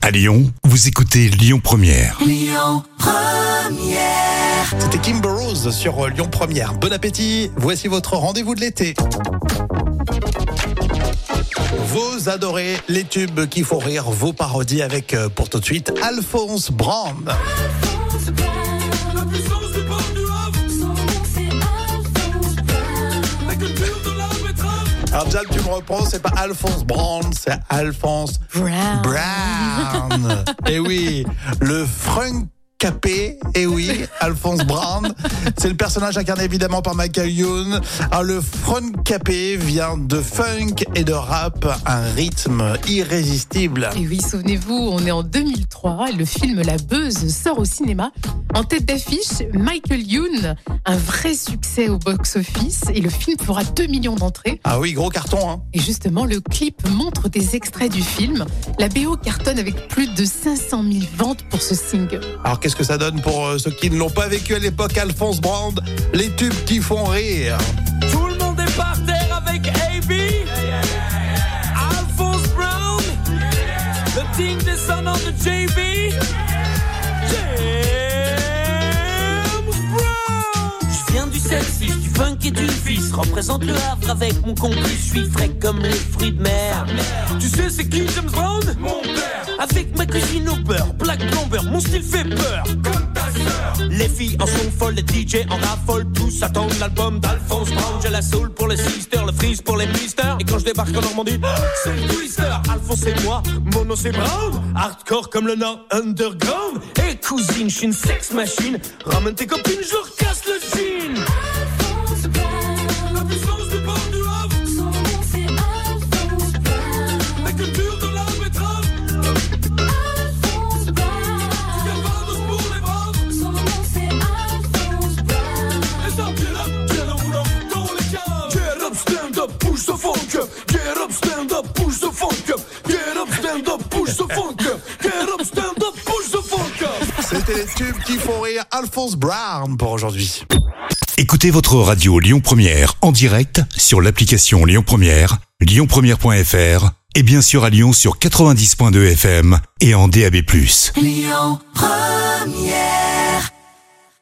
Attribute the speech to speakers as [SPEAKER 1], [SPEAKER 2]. [SPEAKER 1] À Lyon, vous écoutez Lyon Première.
[SPEAKER 2] C'était Kim Burrows sur euh, Lyon Première. Bon appétit. Voici votre rendez-vous de l'été. Vous adorez les tubes qui font rire, vos parodies avec euh, pour tout de suite Alphonse Brand.
[SPEAKER 3] La puissance des bords du Havre,
[SPEAKER 4] Son nom c'est Alphonse Brown.
[SPEAKER 3] la culture de la betterave.
[SPEAKER 2] Alors déjà tu me reprends, c'est pas Alphonse Brand, c'est Alphonse
[SPEAKER 4] Brown.
[SPEAKER 2] Brown. Et oui, le Frank Capé, et oui, Alphonse Brown. C'est le personnage incarné évidemment par Michael Youn. Alors, le Frank Capé vient de funk et de rap, un rythme irrésistible.
[SPEAKER 4] Et oui, souvenez-vous, on est en 2003 et le film La Beuse sort au cinéma. En tête d'affiche, Michael Youn, un vrai succès au box-office et le film fera 2 millions d'entrées.
[SPEAKER 2] Ah oui, gros carton, hein.
[SPEAKER 4] Et justement, le clip montre des extraits du film. La BO cartonne avec plus de 500 000 ventes pour ce single.
[SPEAKER 2] Alors qu'est-ce que ça donne pour euh, ceux qui ne l'ont pas vécu à l'époque, Alphonse Brand Les tubes qui font rire.
[SPEAKER 3] Tout le monde est par terre avec AB. Alphonse Brown. The team descendant de JB. James Brown.
[SPEAKER 5] Je viens du 7-6, du funk et du fils. Représente le Havre avec mon complice. Je suis frais comme les fruits de mer.
[SPEAKER 3] Tu sais c'est qui James Brown
[SPEAKER 5] Mon père, avec ma cuisine au beurre, black plomber, mon style fait peur.
[SPEAKER 3] Comme ta sœur.
[SPEAKER 5] Les filles en sont folles, les DJ en raffolent. Tous attendent l'album d'Alphonse Brown. J'ai la soul pour les sisters, le freeze pour les misters. Et quand je débarque en Normandie, c'est le twister. Alphonse et moi, mono c'est Brown. Hardcore comme le Nord Underground. Et cousine, je suis une sex machine. Ramène tes copines, je leur casse le jean.
[SPEAKER 4] Alphonse
[SPEAKER 3] La
[SPEAKER 4] Brown,
[SPEAKER 3] puissance des bords du Havre,
[SPEAKER 4] son nom c'est Alphonse Brown.
[SPEAKER 3] la culture de la betterave.
[SPEAKER 4] Alphonse Brown,
[SPEAKER 3] Calvados pour les braves.
[SPEAKER 4] son nom c'est Alphonse Brown.
[SPEAKER 3] Les hommes, get up, get up, roule up dans les caves.
[SPEAKER 5] Get up, stand up, push the funk. Get up, stand up, push the funk. Get up, stand up, push the funk. Get up, stand up, push the funk.
[SPEAKER 2] C'était les tubes qui font rire, Alphonse Brown pour aujourd'hui.
[SPEAKER 1] Écoutez votre radio Lyon Première en direct sur l'application Lyon Première, lyonpremière.fr et bien sûr à Lyon sur 90.2 FM et en DAB+.